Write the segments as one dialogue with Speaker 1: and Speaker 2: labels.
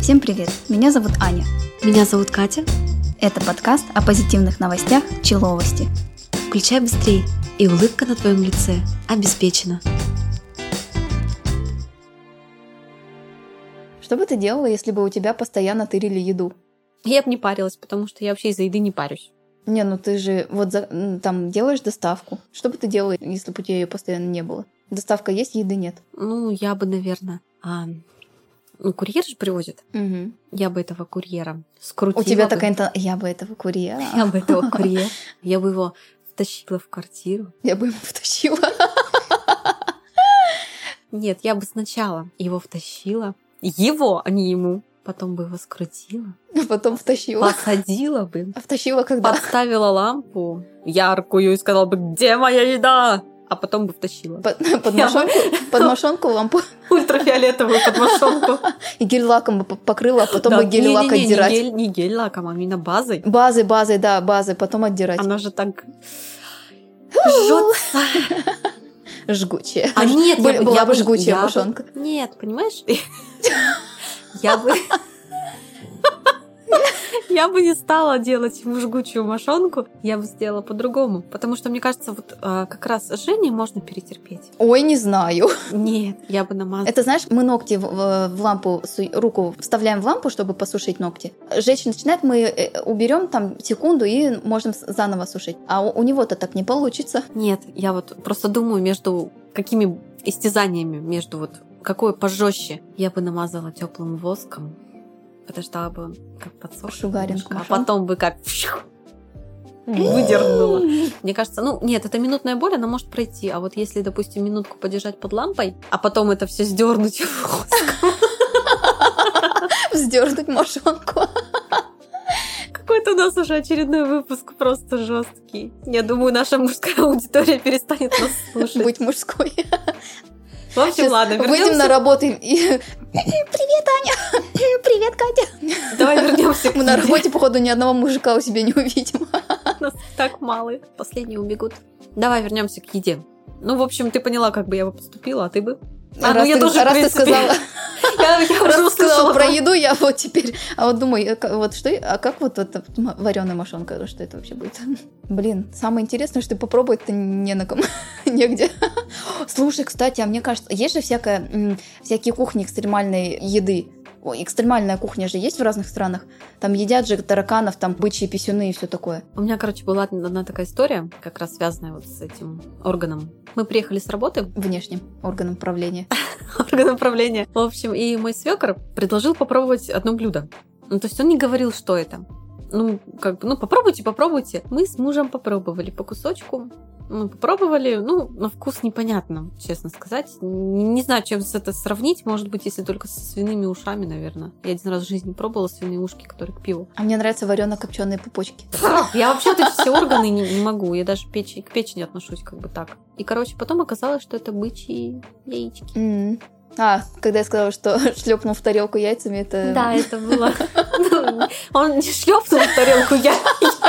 Speaker 1: Всем привет! Меня зовут Аня.
Speaker 2: Меня зовут Катя.
Speaker 1: Это подкаст о позитивных новостях Человости.
Speaker 2: Включай быстрей, и улыбка на твоем лице обеспечена.
Speaker 1: Что бы ты делала, если бы у тебя постоянно тырили еду?
Speaker 3: Я бы не парилась, потому что я вообще из-за еды не парюсь.
Speaker 1: Не, ну ты же вот за- м, там делаешь доставку. Что бы ты делала, если бы у тебя ее постоянно не было? Доставка есть, еды нет.
Speaker 3: Ну, я бы, наверное... а, ну, курьер же привозит. Я бы этого курьера скрутила
Speaker 1: У тебя
Speaker 3: бы.
Speaker 1: такая интон... Я бы этого курьера.
Speaker 3: Я бы этого курьера... Я бы его втащила в квартиру.
Speaker 1: Я бы ему втащила.
Speaker 3: Нет, я бы сначала его втащила. Его, а не ему. Потом бы его скрутила.
Speaker 1: А потом втащила.
Speaker 3: Посадила бы.
Speaker 1: А Втащила когда?
Speaker 3: Подставила лампу яркую и сказала бы, где моя еда? А потом бы втащила.
Speaker 1: Под, под мошонку, под мошонку лампу
Speaker 3: Ультрафиолетовую подмашонку.
Speaker 1: и гель-лаком бы по- покрыла, а потом бы гель-лак
Speaker 3: не-не-не, не
Speaker 1: отдирать.
Speaker 3: гель- Не гель-лаком, а именно базой.
Speaker 1: Базы, базы, да, базы, потом отдирать.
Speaker 3: Она же так жжется.
Speaker 1: Жгучая.
Speaker 3: А нет,
Speaker 1: Бы-
Speaker 3: я, бы-
Speaker 1: была
Speaker 3: я
Speaker 1: бы жгучая
Speaker 3: я
Speaker 1: мошонка.
Speaker 3: бы- Нет, понимаешь? Я бы... Я бы не стала делать ему жгучую мошонку, я бы сделала по-другому. Потому что, мне кажется, вот а, как раз Жене можно перетерпеть.
Speaker 1: Ой, не знаю.
Speaker 3: Нет, я бы намазала.
Speaker 1: Это знаешь, мы ногти в, в- в лампу, су- руку вставляем в лампу, чтобы посушить ногти. Жечь начинает, мы э, уберем там секунду и можем с- заново сушить. А у, у него-то так не получится.
Speaker 3: Нет, я вот просто думаю между какими истязаниями, между вот какое пожестче. Я бы намазала теплым воском, подождала бы он как подсох.
Speaker 1: Шугаринг
Speaker 3: немножко, а
Speaker 1: пошёл.
Speaker 3: потом бы как фью, выдернула. Мне кажется, ну нет, это минутная боль, она может пройти. А вот если, допустим, минутку подержать под лампой, а потом это все сдернуть в воск,
Speaker 1: Вздернуть мошонку.
Speaker 3: Какой-то у нас уже очередной выпуск просто жесткий. Я думаю, наша мужская аудитория перестанет нас слушать.
Speaker 1: Быть мужской.
Speaker 3: В общем,
Speaker 1: Сейчас
Speaker 3: ладно,
Speaker 1: выйдем на
Speaker 3: вернемся.
Speaker 1: работу и... и- Привет, Аня! Привет, Катя!
Speaker 3: Давай вернемся к
Speaker 1: Мы на
Speaker 3: еде.
Speaker 1: работе, походу, ни одного мужика у себя не увидим.
Speaker 3: Нас так мало. Последние убегут. Давай вернемся к еде. Ну, в общем, ты поняла, как бы я бы поступила, а ты бы... А, ну,
Speaker 1: раз
Speaker 3: я
Speaker 1: ты,
Speaker 3: тоже, в
Speaker 1: раз ты
Speaker 3: принципе,
Speaker 1: сказала,
Speaker 3: Я,
Speaker 1: раз
Speaker 3: я уже
Speaker 1: ты сказала
Speaker 3: услышала
Speaker 1: про еду, я вот теперь... А вот думаю, э, как- вот что... А как вот эта вареная мошонка, что это вообще будет? Блин, самое интересное, что попробовать-то не на ком, негде. Слушай, кстати, а мне кажется, есть же всякая, м, всякие кухни экстремальной еды. Ой, экстремальная кухня же есть в разных странах. Там едят же тараканов, там бычьи писюны и все такое.
Speaker 3: У меня, короче, была одна такая история, как раз связанная вот с этим органом. Мы приехали с работы,
Speaker 1: Внешним органом правления.
Speaker 3: орган управления. В общем, и мой свекор предложил попробовать одно блюдо. Ну, то есть он не говорил, что это. Ну, как бы, ну, попробуйте, попробуйте. Мы с мужем попробовали по кусочку. Мы попробовали, ну, на вкус непонятно, честно сказать. Н- Не знаю, чем с это сравнить. Может быть, если только со свиными ушами, наверное. Я один раз в жизни пробовала свиные ушки, которые к пиву.
Speaker 1: А мне нравятся варено-копченые пупочки.
Speaker 3: Я вообще вот эти все органы не, не могу. Я даже печень, к печени отношусь как бы так. И, короче, потом оказалось, что это бычьи яички.
Speaker 1: М. А, когда я сказала, что шлепнул в тарелку яйцами, это...
Speaker 3: Да, это было... Ну, Он не шлепнул в тарелку я-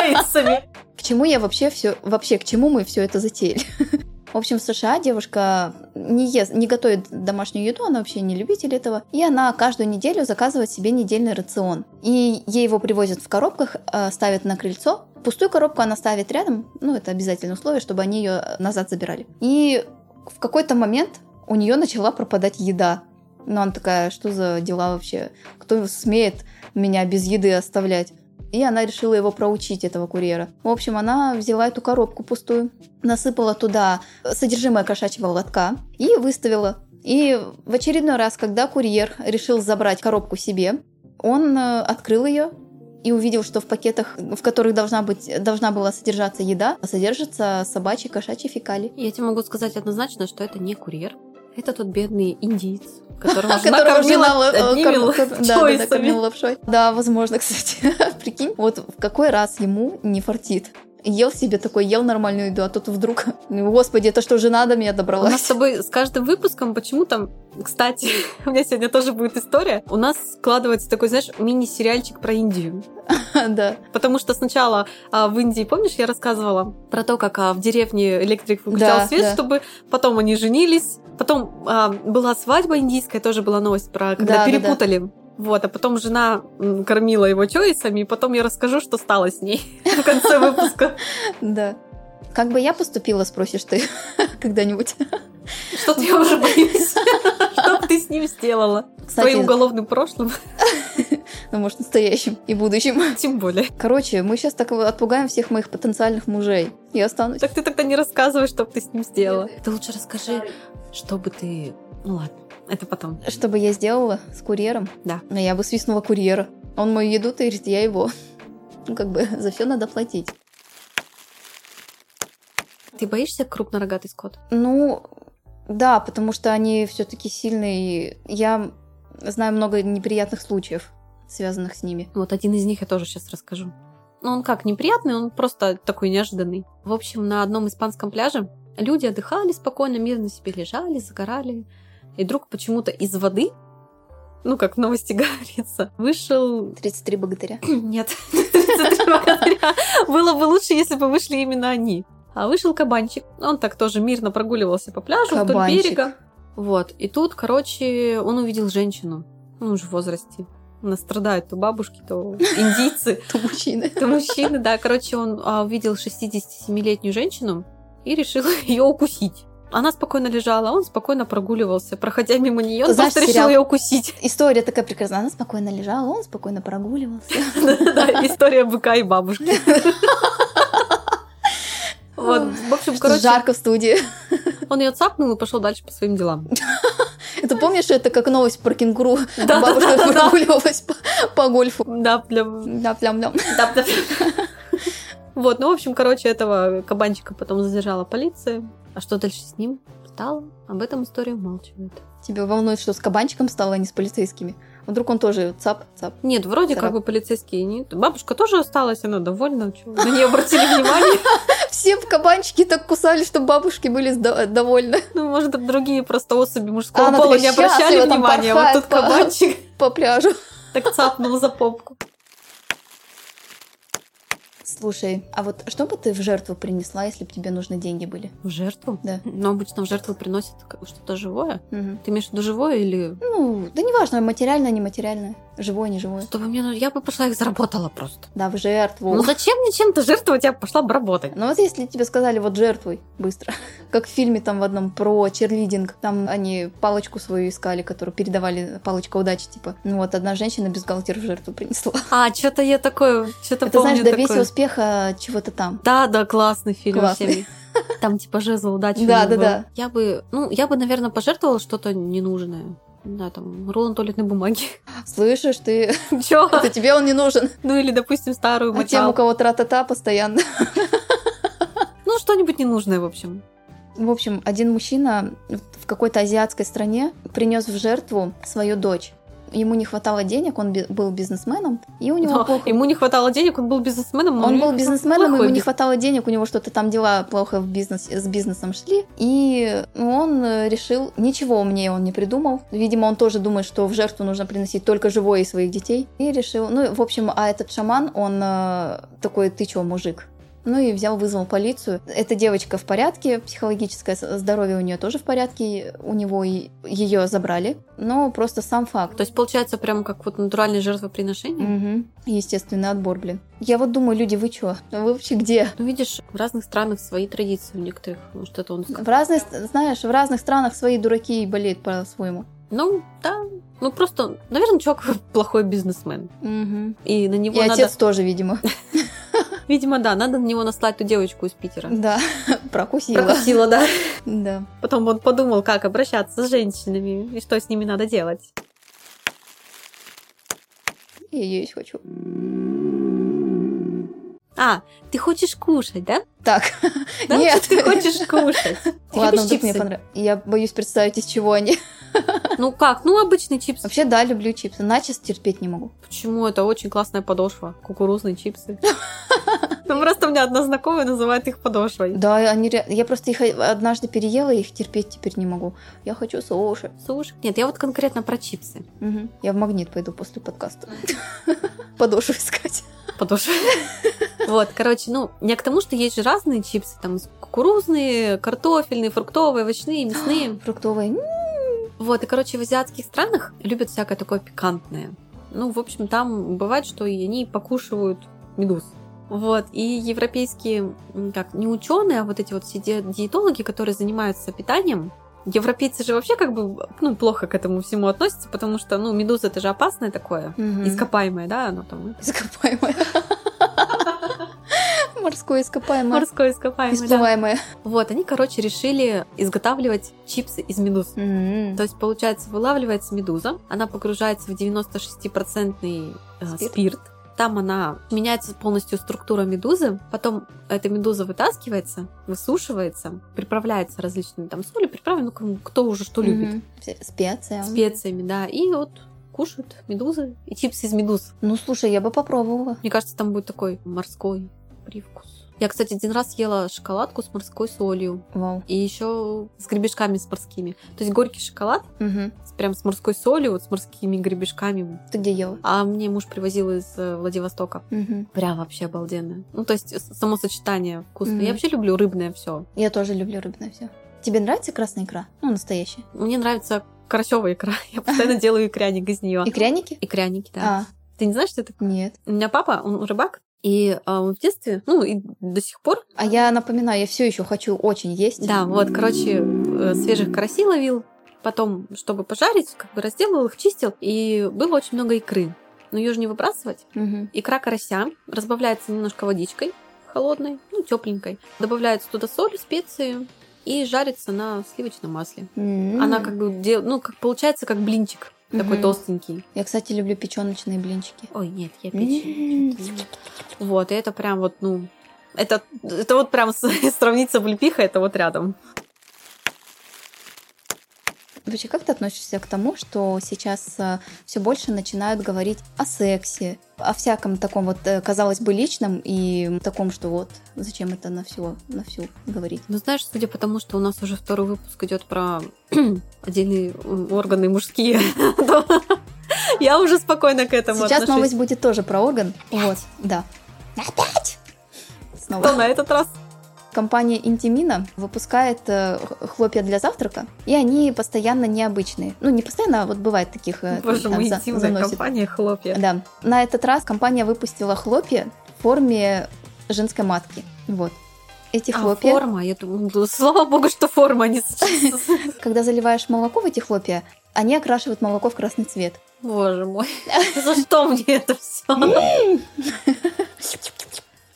Speaker 3: яйцами.
Speaker 1: К чему я вообще все... Вообще, к чему мы все это затеяли? В общем, в США девушка не ест, не готовит домашнюю еду, она вообще не любитель этого. И она каждую неделю заказывает себе недельный рацион. И ей его привозят в коробках, э, ставят на крыльцо. Пустую коробку она ставит рядом, ну, это обязательное условие, чтобы они ее назад забирали. И в какой-то момент у нее начала пропадать еда. Но она такая, что за дела вообще? Кто смеет меня без еды оставлять? И она решила его проучить, этого курьера. В общем, она взяла эту коробку пустую, насыпала туда содержимое кошачьего лотка и выставила. И в очередной раз, когда курьер решил забрать коробку себе, он э, открыл ее и увидел, что в пакетах, в которых должна, быть, должна была содержаться еда, содержатся собачьи, кошачьи фекалии.
Speaker 3: Я тебе могу сказать однозначно, что это не курьер. Это тот бедный индиец, которого жена
Speaker 1: А которого жена, э,
Speaker 3: кормила
Speaker 1: э,
Speaker 3: одними
Speaker 1: корм- кор- да, да, да,
Speaker 3: чойсами.
Speaker 1: кормила лапшой. Да, возможно, кстати. Прикинь, вот в какой раз ему не фартит. Ел себе такой, ел нормальную еду, а тут вдруг, ну, господи, это что, жена до меня
Speaker 3: У нас с
Speaker 1: добралась?
Speaker 3: тобой с каждым выпуском почему-то, кстати, у меня сегодня тоже будет история. У нас складывается такой, знаешь, мини-сериальчик про Индию.
Speaker 1: Да.
Speaker 3: Потому что сначала а, в Индии, помнишь, я рассказывала про то, как а, в деревне электрик выключал
Speaker 1: Да,
Speaker 3: свет,
Speaker 1: да.
Speaker 3: чтобы потом они женились. Потом а, была свадьба индийская, тоже была новость про когда
Speaker 1: Да, да, да.
Speaker 3: перепутали. Вот, а потом жена м, кормила его чоисами, и потом я расскажу, что стало с ней в конце выпуска.
Speaker 1: Да. Как бы я поступила, спросишь ты когда-нибудь.
Speaker 3: Что-то я уже боюсь. Что бы ты с ним сделала? С
Speaker 1: Кстати,
Speaker 3: твоим уголовным прошлым?
Speaker 1: ну, может, настоящим и будущим.
Speaker 3: Тем более.
Speaker 1: Короче, мы сейчас так отпугаем всех моих потенциальных мужей. Я останусь.
Speaker 3: Так ты тогда не рассказывай, что бы ты с ним сделала. Ты лучше расскажи,
Speaker 2: Скажи,
Speaker 3: что бы ты... Ну ладно, это потом.
Speaker 1: Что бы я сделала с курьером?
Speaker 3: Да.
Speaker 1: А Я бы свистнула курьера. Он мою еду тырит, я его. Ну, как бы за все надо платить.
Speaker 3: Ты боишься крупнорогатый скот?
Speaker 1: Ну, да, потому что они все-таки сильные. и Я знаю много неприятных случаев, связанных с ними.
Speaker 3: Вот один из них я тоже сейчас расскажу. Ну, он как, неприятный, он просто такой неожиданный. В общем, на одном испанском пляже люди отдыхали спокойно, мирно себе лежали, загорали. И вдруг почему-то из воды, ну, как в новости говорится, вышел...
Speaker 1: 33 богатыря.
Speaker 3: Нет, 33 богатыря. Было бы лучше, если бы вышли именно они. А вышел кабанчик. Он так тоже мирно прогуливался по пляжу вдоль
Speaker 1: Кабанчик.
Speaker 3: берега. Вот. И тут, короче, он увидел женщину. Ну, уже в возрасте. Она страдает то бабушки, то индийцы.
Speaker 1: Это мужчины.
Speaker 3: Это мужчина, да. Короче, он а, увидел 67-летнюю женщину и решил ее укусить. Она спокойно лежала, а он спокойно прогуливался. Проходя мимо нее,
Speaker 1: Ты
Speaker 3: он
Speaker 1: знаешь
Speaker 3: просто решил
Speaker 1: сериал?
Speaker 3: ее укусить.
Speaker 1: История такая прекрасная. Она спокойно лежала, он спокойно прогуливался.
Speaker 3: Ну, Да, история быка и бабушки. Вот, в общем,
Speaker 1: Что
Speaker 3: короче,
Speaker 1: жарко в студии.
Speaker 3: он ее цапнул и пошел дальше по своим делам.
Speaker 1: Это помнишь, это как новость про кенгуру?
Speaker 3: Да,
Speaker 1: Бабушка
Speaker 3: да, да, да.
Speaker 1: прогуливалась по, по гольфу.
Speaker 3: Да, прям
Speaker 1: Да, плям плям
Speaker 3: Да, да. Вот, ну, в общем, короче, этого кабанчика потом задержала полиция. А что дальше с ним стало? Об этом история умалчивает.
Speaker 1: Тебя волнует, что с кабанчиком стало, а не с полицейскими? Вдруг он тоже цап-цап.
Speaker 3: Нет, вроде
Speaker 1: Царап-
Speaker 3: как бы полицейские не... Бабушка тоже осталась, она довольна. чё вы На нее обратили внимание.
Speaker 1: Все в кабанчике так кусали, что бабушки были сдо- довольны.
Speaker 3: Ну, может, другие просто особи мужского
Speaker 1: Она
Speaker 3: пола
Speaker 1: такая
Speaker 3: не обращали
Speaker 1: счастлива, там
Speaker 3: внимания. Вот
Speaker 1: порхает
Speaker 3: тут
Speaker 1: по-
Speaker 3: кабанчик
Speaker 1: По пляжу.
Speaker 3: так цапнул за попку.
Speaker 1: Слушай, а вот что бы ты в жертву принесла, если бы тебе нужны деньги были?
Speaker 3: В жертву?
Speaker 1: Да.
Speaker 3: Но обычно в жертву приносят как- что-то живое.
Speaker 1: Мгм.
Speaker 3: Ты имеешь в виду живое или...
Speaker 1: Ну, да неважно, материальное, нематериальное. Живое, не живое.
Speaker 3: Чтобы мне... ну, Я бы пошла их заработала просто.
Speaker 1: Да, в жертву.
Speaker 3: Ну зачем мне чем-то жертвовать? Я пошла бы работать.
Speaker 1: Ну вот если тебе сказали, вот жертвуй быстро, как в фильме там в одном про черлидинг, там они палочку свою искали, которую передавали, палочка удачи, типа. Ну вот одна женщина без галтер в жертву принесла.
Speaker 3: А, что-то я такое... Что-то
Speaker 1: Это, знаешь,
Speaker 3: помню
Speaker 1: добейся
Speaker 3: такое.
Speaker 1: успеха чего-то там.
Speaker 3: Да, да, классный фильм
Speaker 1: Классный.
Speaker 3: всеми. Там типа жезл удачи. у
Speaker 1: Да,
Speaker 3: него
Speaker 1: да,
Speaker 3: был.
Speaker 1: да.
Speaker 3: Я бы, ну, я бы, наверное, пожертвовала что-то ненужное. Не знаю, там, рулон туалетной бумаги.
Speaker 1: Слышишь, ты,
Speaker 3: Чё?
Speaker 1: это тебе он не нужен.
Speaker 3: Ну, или, допустим, старую
Speaker 1: А тем, у
Speaker 3: мочалку.
Speaker 1: кого тра-та-та постоянно.
Speaker 3: Ну, что-нибудь ненужное, в общем.
Speaker 1: В общем, один мужчина в какой-то азиатской стране принес в жертву свою дочь. Ему не хватало денег, он би- был бизнесменом, и у него
Speaker 3: Но
Speaker 1: плохо
Speaker 3: ему не хватало денег, он был бизнесменом. но у
Speaker 1: Он
Speaker 3: него
Speaker 1: был бизнесменом,
Speaker 3: плохой
Speaker 1: ему не
Speaker 3: бизнес.
Speaker 1: хватало денег, у него что-то там дела плохо в бизнес, с бизнесом шли. И он э, решил, ничего умнее он не придумал. Видимо, он тоже думает, что в жертву нужно приносить только живое и своих детей. И решил, ну, в общем, а этот шаман, он э, такой, ты чё, мужик? Ну и взял, вызвал полицию. Эта девочка в порядке, психологическое с- здоровье у нее тоже в порядке, у него и ее забрали. Но просто сам факт.
Speaker 3: То есть, получается, прям как вот натуральное жертвоприношение.
Speaker 1: Мгм. Естественный отбор, блин. Я вот думаю, люди, вы чё? Вы вообще где?
Speaker 3: Ну, видишь, в разных странах свои традиции у некоторых. Может, это он...
Speaker 1: В разных, ст- знаешь, в разных странах свои дураки и болеют по-своему.
Speaker 3: Ну, да. Ну, просто, наверное, чувак плохой бизнесмен. И на
Speaker 1: И
Speaker 3: него надо...
Speaker 1: отец тоже, видимо.
Speaker 3: Видимо, да, надо на него наслать ту девочку из Питера.
Speaker 1: Да, прокусила.
Speaker 3: Прокусила, да.
Speaker 1: Да.
Speaker 3: Потом он подумал, как обращаться с женщинами и что с ними надо делать.
Speaker 1: Я есть хочу.
Speaker 3: А, ты хочешь кушать, да?
Speaker 1: Так.
Speaker 3: Да,
Speaker 1: Нет.
Speaker 3: ты хочешь кушать. Ты
Speaker 1: Ладно,
Speaker 3: любишь
Speaker 1: вдруг мне
Speaker 3: чипсы?
Speaker 1: понравилось. Я боюсь представить, из чего они.
Speaker 3: Ну как, ну обычный чипсы.
Speaker 1: Вообще, да, люблю чипсы. Начес терпеть не могу.
Speaker 3: Почему? Это очень классная подошва. Кукурузные чипсы. Ну просто у меня одна знакомая называет их подошвой.
Speaker 1: Да, они ре- Я просто их однажды переела, их терпеть теперь не могу. Я хочу суши.
Speaker 3: Слушай, нет, я вот конкретно про чипсы.
Speaker 1: Мгм. Я в магнит пойду после подкаста. Подошву искать.
Speaker 3: Подошва. Вот, короче, ну, не к тому, что есть же разные чипсы, там, кукурузные, картофельные, фруктовые, овощные, мясные.
Speaker 1: Фруктовые. М,
Speaker 3: Вот, и, короче, в азиатских странах любят всякое такое пикантное. Ну, в общем, там бывает, что и они покушивают медуз. Вот, и европейские, м, как, не ученые, а вот эти вот все ди- диетологи, которые занимаются питанием, европейцы же вообще как бы, ну, плохо к этому всему относятся, потому что, ну, медуза это же опасное такое,
Speaker 1: Мгм.
Speaker 3: ископаемое, да, оно там,
Speaker 1: Ископаемое. Морское ископаемое.
Speaker 3: морское ископаемое, да.
Speaker 1: Исплываемое.
Speaker 3: Вот, они, короче, решили изготавливать чипсы из медуз.
Speaker 1: М.
Speaker 3: То есть, получается, вылавливается медуза, она погружается в 96% э,
Speaker 1: Спирт.
Speaker 3: спирт. Там она меняется полностью структура медузы, потом эта медуза вытаскивается, высушивается, приправляется различными там солью, приправами, ну кому- кто уже что любит,
Speaker 1: Мгм. Все- Специя.
Speaker 3: специями, да, и вот кушают медузы и чипсы из медуз.
Speaker 1: Ну, слушай, я бы попробовала.
Speaker 3: Мне кажется, там будет такой морской привкус. Я, кстати, один раз ела шоколадку с морской солью
Speaker 1: Вау.
Speaker 3: и еще с гребешками с морскими. То есть горький шоколад
Speaker 1: Мгм.
Speaker 3: с- прям с морской солью, вот с морскими гребешками.
Speaker 1: Ты где ела?
Speaker 3: А мне муж привозил из э, Владивостока.
Speaker 1: Мгм.
Speaker 3: Прям вообще обалденно. Ну, то есть, с- само сочетание вкусно.
Speaker 1: Мгм.
Speaker 3: Я вообще люблю рыбное все.
Speaker 1: Я тоже люблю рыбное все. Тебе нравится красная икра? Ну, настоящая.
Speaker 3: Мне нравится карасевая икра. Я постоянно делаю икряник из нее.
Speaker 1: И пряники?
Speaker 3: И кряники, А. да. Ты не знаешь, что это?
Speaker 1: А, нет.
Speaker 3: У меня папа, он рыбак, и а, он в детстве, ну, и до сих пор,
Speaker 1: А я напоминаю, я все еще хочу очень есть.
Speaker 3: да, вот, короче, э, свежих карасей ловил, потом, чтобы пожарить, как бы разделывал их, чистил, и было очень много икры. Но ее же не выбрасывать.
Speaker 1: Мгм.
Speaker 3: Икра карася разбавляется немножко водичкой холодной, ну, тепленькой. Добавляется туда соль, специи и жарится на сливочном масле.
Speaker 1: М.
Speaker 3: Она как бы, дел- ну, как получается, как блинчик. Такой
Speaker 1: Мгм.
Speaker 3: толстенький.
Speaker 1: Я, кстати, люблю печеночные блинчики.
Speaker 3: Ой, нет, я
Speaker 1: М.
Speaker 3: печень. чё-то не- Вот, и это прям вот, ну... Это, это вот прям с- сравнить с облепихой, это вот рядом.
Speaker 1: Вообще, как ты относишься к тому, что сейчас все больше начинают говорить о сексе, о всяком таком вот, э, казалось бы, личном и таком, что вот зачем это на все, на всю говорить?
Speaker 3: Ну, знаешь, судя по тому, что у нас уже второй выпуск идет про отдельные м, органы мужские, то я уже спокойно к этому
Speaker 1: Сейчас
Speaker 3: отношусь.
Speaker 1: новость будет тоже про орган. Вот, да. Опять? Снова.
Speaker 3: Что на этот раз?
Speaker 1: Компания Intimina выпускает э, х- хлопья для завтрака, и они постоянно необычные. Ну, не постоянно, а вот бывает таких... э,
Speaker 3: Боже
Speaker 1: там
Speaker 3: мой,
Speaker 1: за-
Speaker 3: интимная
Speaker 1: заносит.
Speaker 3: компания хлопья.
Speaker 1: Да. На этот раз компания выпустила хлопья в форме женской матки. Вот. Эти
Speaker 3: А,
Speaker 1: хлопья,
Speaker 3: форма, я думаю, ну, слава богу, что форма а не сейчас.
Speaker 1: когда заливаешь молоко в эти хлопья, они окрашивают молоко в красный цвет.
Speaker 3: Боже мой, за что мне это
Speaker 1: Ну,
Speaker 3: все?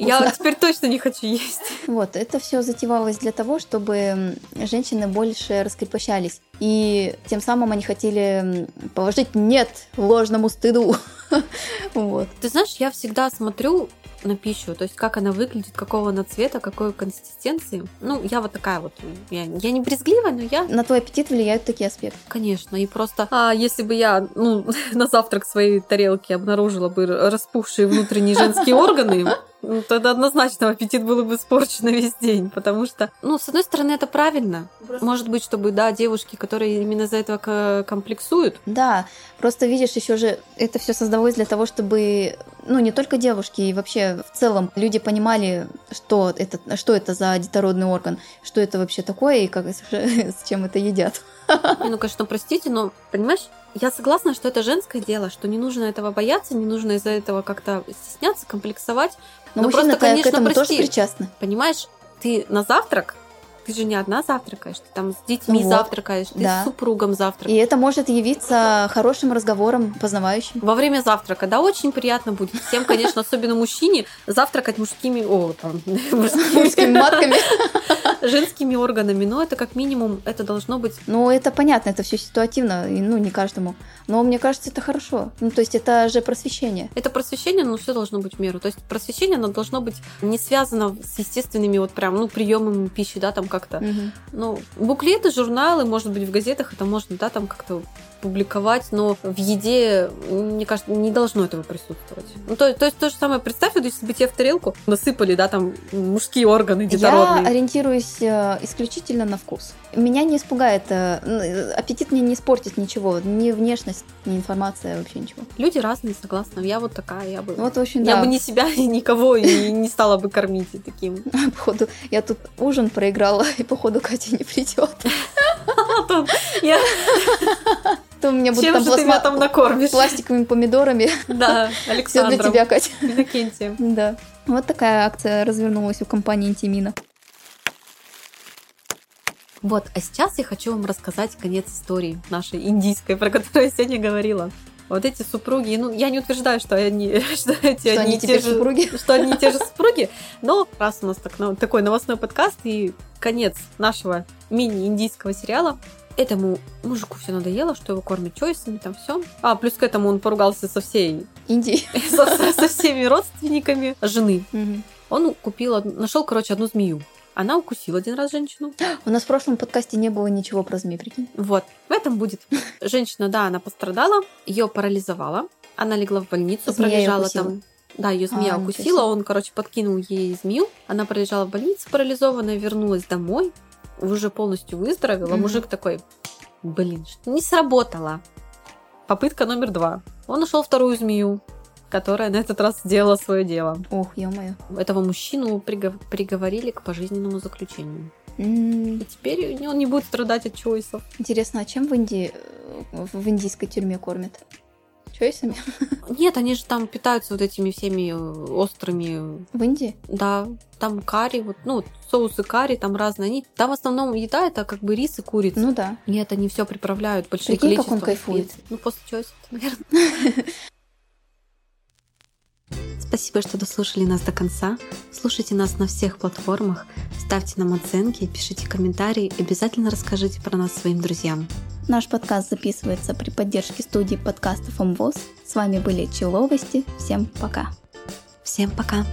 Speaker 3: Я теперь точно не хочу есть.
Speaker 1: Вот, это все затевалось для того, чтобы м, женщины больше раскрепощались. И тем самым они хотели м, положить нет ложному стыду. Вот.
Speaker 3: Ты знаешь, я всегда смотрю на пищу, то есть как она выглядит, какого она цвета, какой консистенции. Ну, я вот такая вот. Я, я не брезгливая, но я,
Speaker 1: На твой аппетит влияют такие аспекты.
Speaker 3: конечно, и просто... А если бы я ну, на завтрак своей тарелки обнаружила бы распухшие внутренние женские органы, ну, тогда однозначно аппетит был бы испорчен на весь день, потому что, ну, с одной стороны, это правильно. Может быть, чтобы, да, девушки, которые именно за этого ко- комплексуют,
Speaker 1: Да, просто видишь, еще же это все создалось для того, чтобы, ну, не только девушки, и вообще в целом люди понимали, что это, что это за детородный орган, что это вообще такое и как, с чем это едят.
Speaker 3: Не, ну, конечно, простите, но, понимаешь, я согласна, что это женское дело, что не нужно этого бояться, не нужно из-за этого как-то стесняться, комплексовать.
Speaker 1: Но
Speaker 3: Ну,
Speaker 1: мужчины
Speaker 3: просто, конечно,
Speaker 1: к этому
Speaker 3: прости.
Speaker 1: тоже причастны.
Speaker 3: Понимаешь, ты на завтрак, ты же не одна завтракаешь, ты там с детьми
Speaker 1: Вот,
Speaker 3: завтракаешь, ты
Speaker 1: да.
Speaker 3: с супругом
Speaker 1: И
Speaker 3: завтракаешь.
Speaker 1: это может явиться хорошим разговором, познавающим.
Speaker 3: Во время завтрака, да, очень приятно будет всем, конечно, особенно мужчине, завтракать мужскими, о, там,
Speaker 1: Мужскими
Speaker 3: мужскими,
Speaker 1: матками.
Speaker 3: женскими органами, но это как минимум, это должно быть
Speaker 1: Ну, это понятно, это все ситуативно, и, ну, не каждому. Но мне кажется, это хорошо. Ну, то есть это же просвещение.
Speaker 3: Это просвещение, но все должно быть в меру. То есть просвещение, оно должно быть не связано с естественными вот прям, ну, приемами пищи, да, там как-то.
Speaker 1: Мгм.
Speaker 3: Ну, буклеты, журналы, может быть, в газетах это можно, да, там как-то публиковать, но в еде, мне кажется, не должно этого присутствовать. Ну, то, то есть то же самое, представь, вот если бы тебе в тарелку насыпали, да, там мужские органы
Speaker 1: Я
Speaker 3: детородные.
Speaker 1: ориентируюсь э, исключительно на вкус. Меня не испугает, э, н- аппетит мне не испортит ничего, ни внешность, ни информация, вообще ничего. Ну
Speaker 3: Люди разные, согласна. Я вот такая, я бы...
Speaker 1: Вот, в общем,
Speaker 3: я
Speaker 1: да,
Speaker 3: бы ни себя, и никого и не стала бы кормить таким.
Speaker 1: походу, я тут ужин проиграла, и походу Катя не придет.
Speaker 3: А то я-
Speaker 1: то у меня будут
Speaker 3: А Чем
Speaker 1: там
Speaker 3: же ты меня
Speaker 1: пластма-
Speaker 3: там накормишь?
Speaker 1: пластиковыми помидорами.
Speaker 3: Да,
Speaker 1: Все для
Speaker 3: Александром.
Speaker 1: тебя, Катя.
Speaker 3: Иннокентием.
Speaker 1: Да. Вот такая акция развернулась у компании Интимина.
Speaker 3: Вот, а сейчас я хочу вам рассказать конец истории нашей индийской, про которую я сегодня говорила. Вот эти супруги, ну, я не утверждаю, что они, что эти,
Speaker 1: Что
Speaker 3: одни
Speaker 1: они
Speaker 3: и те
Speaker 1: теперь
Speaker 3: же-
Speaker 1: супруги?
Speaker 3: что они и те же супруги, но раз у нас так, ну, такой новостной подкаст и конец нашего мини-индийского сериала, этому мужику все надоело, что его кормят чойсами, там все. А, плюс к этому он поругался со всей,
Speaker 1: Индии.
Speaker 3: со, со- со всеми родственниками жены.
Speaker 1: Мгм.
Speaker 3: Он купил, одну- нашел, короче, одну змею. Она укусила один раз женщину.
Speaker 1: У нас в прошлом подкасте не было ничего про змей, прикинь.
Speaker 3: Вот, в этом будет. Женщина, да, она пострадала, ее парализовала, она легла в больницу,
Speaker 1: Змея её
Speaker 3: пролежала
Speaker 1: укусила.
Speaker 3: там. Да, ее змея
Speaker 1: А, ничего
Speaker 3: укусила,
Speaker 1: себе.
Speaker 3: он, короче, подкинул ей змею, она пролежала в больнице парализованная, вернулась домой, уже полностью выздоровела.
Speaker 1: Мгм.
Speaker 3: Мужик такой, блин, что- не сработала. Попытка номер два. Он нашел вторую змею, которая на этот раз сделала свое дело.
Speaker 1: Ох, ё-моё.
Speaker 3: Этого мужчину пригов- приговорили к пожизненному заключению.
Speaker 1: М,
Speaker 3: И теперь он не будет страдать от чойсов.
Speaker 1: Интересно, а чем в Индии, э, в в индийской тюрьме кормят? Чойсами?
Speaker 3: Нет, они же там питаются вот этими всеми э, острыми,
Speaker 1: В Индии?
Speaker 3: да, там карри, вот, ну, соусы карри, там разные. Они, там в основном еда это как бы рис и курица.
Speaker 1: Ну да.
Speaker 3: Нет, они все приправляют большим
Speaker 1: Прикинь, как
Speaker 3: количеством
Speaker 1: он кайфует.
Speaker 3: специй. Ну, после чего, наверное.
Speaker 2: Спасибо, что дослушали нас до конца. Слушайте нас на всех платформах, ставьте нам оценки, пишите комментарии и обязательно расскажите про нас своим друзьям.
Speaker 1: Наш подкаст записывается при поддержке студии подкастов МВОЗ. С вами были Человости. Всем пока.
Speaker 2: Всем пока!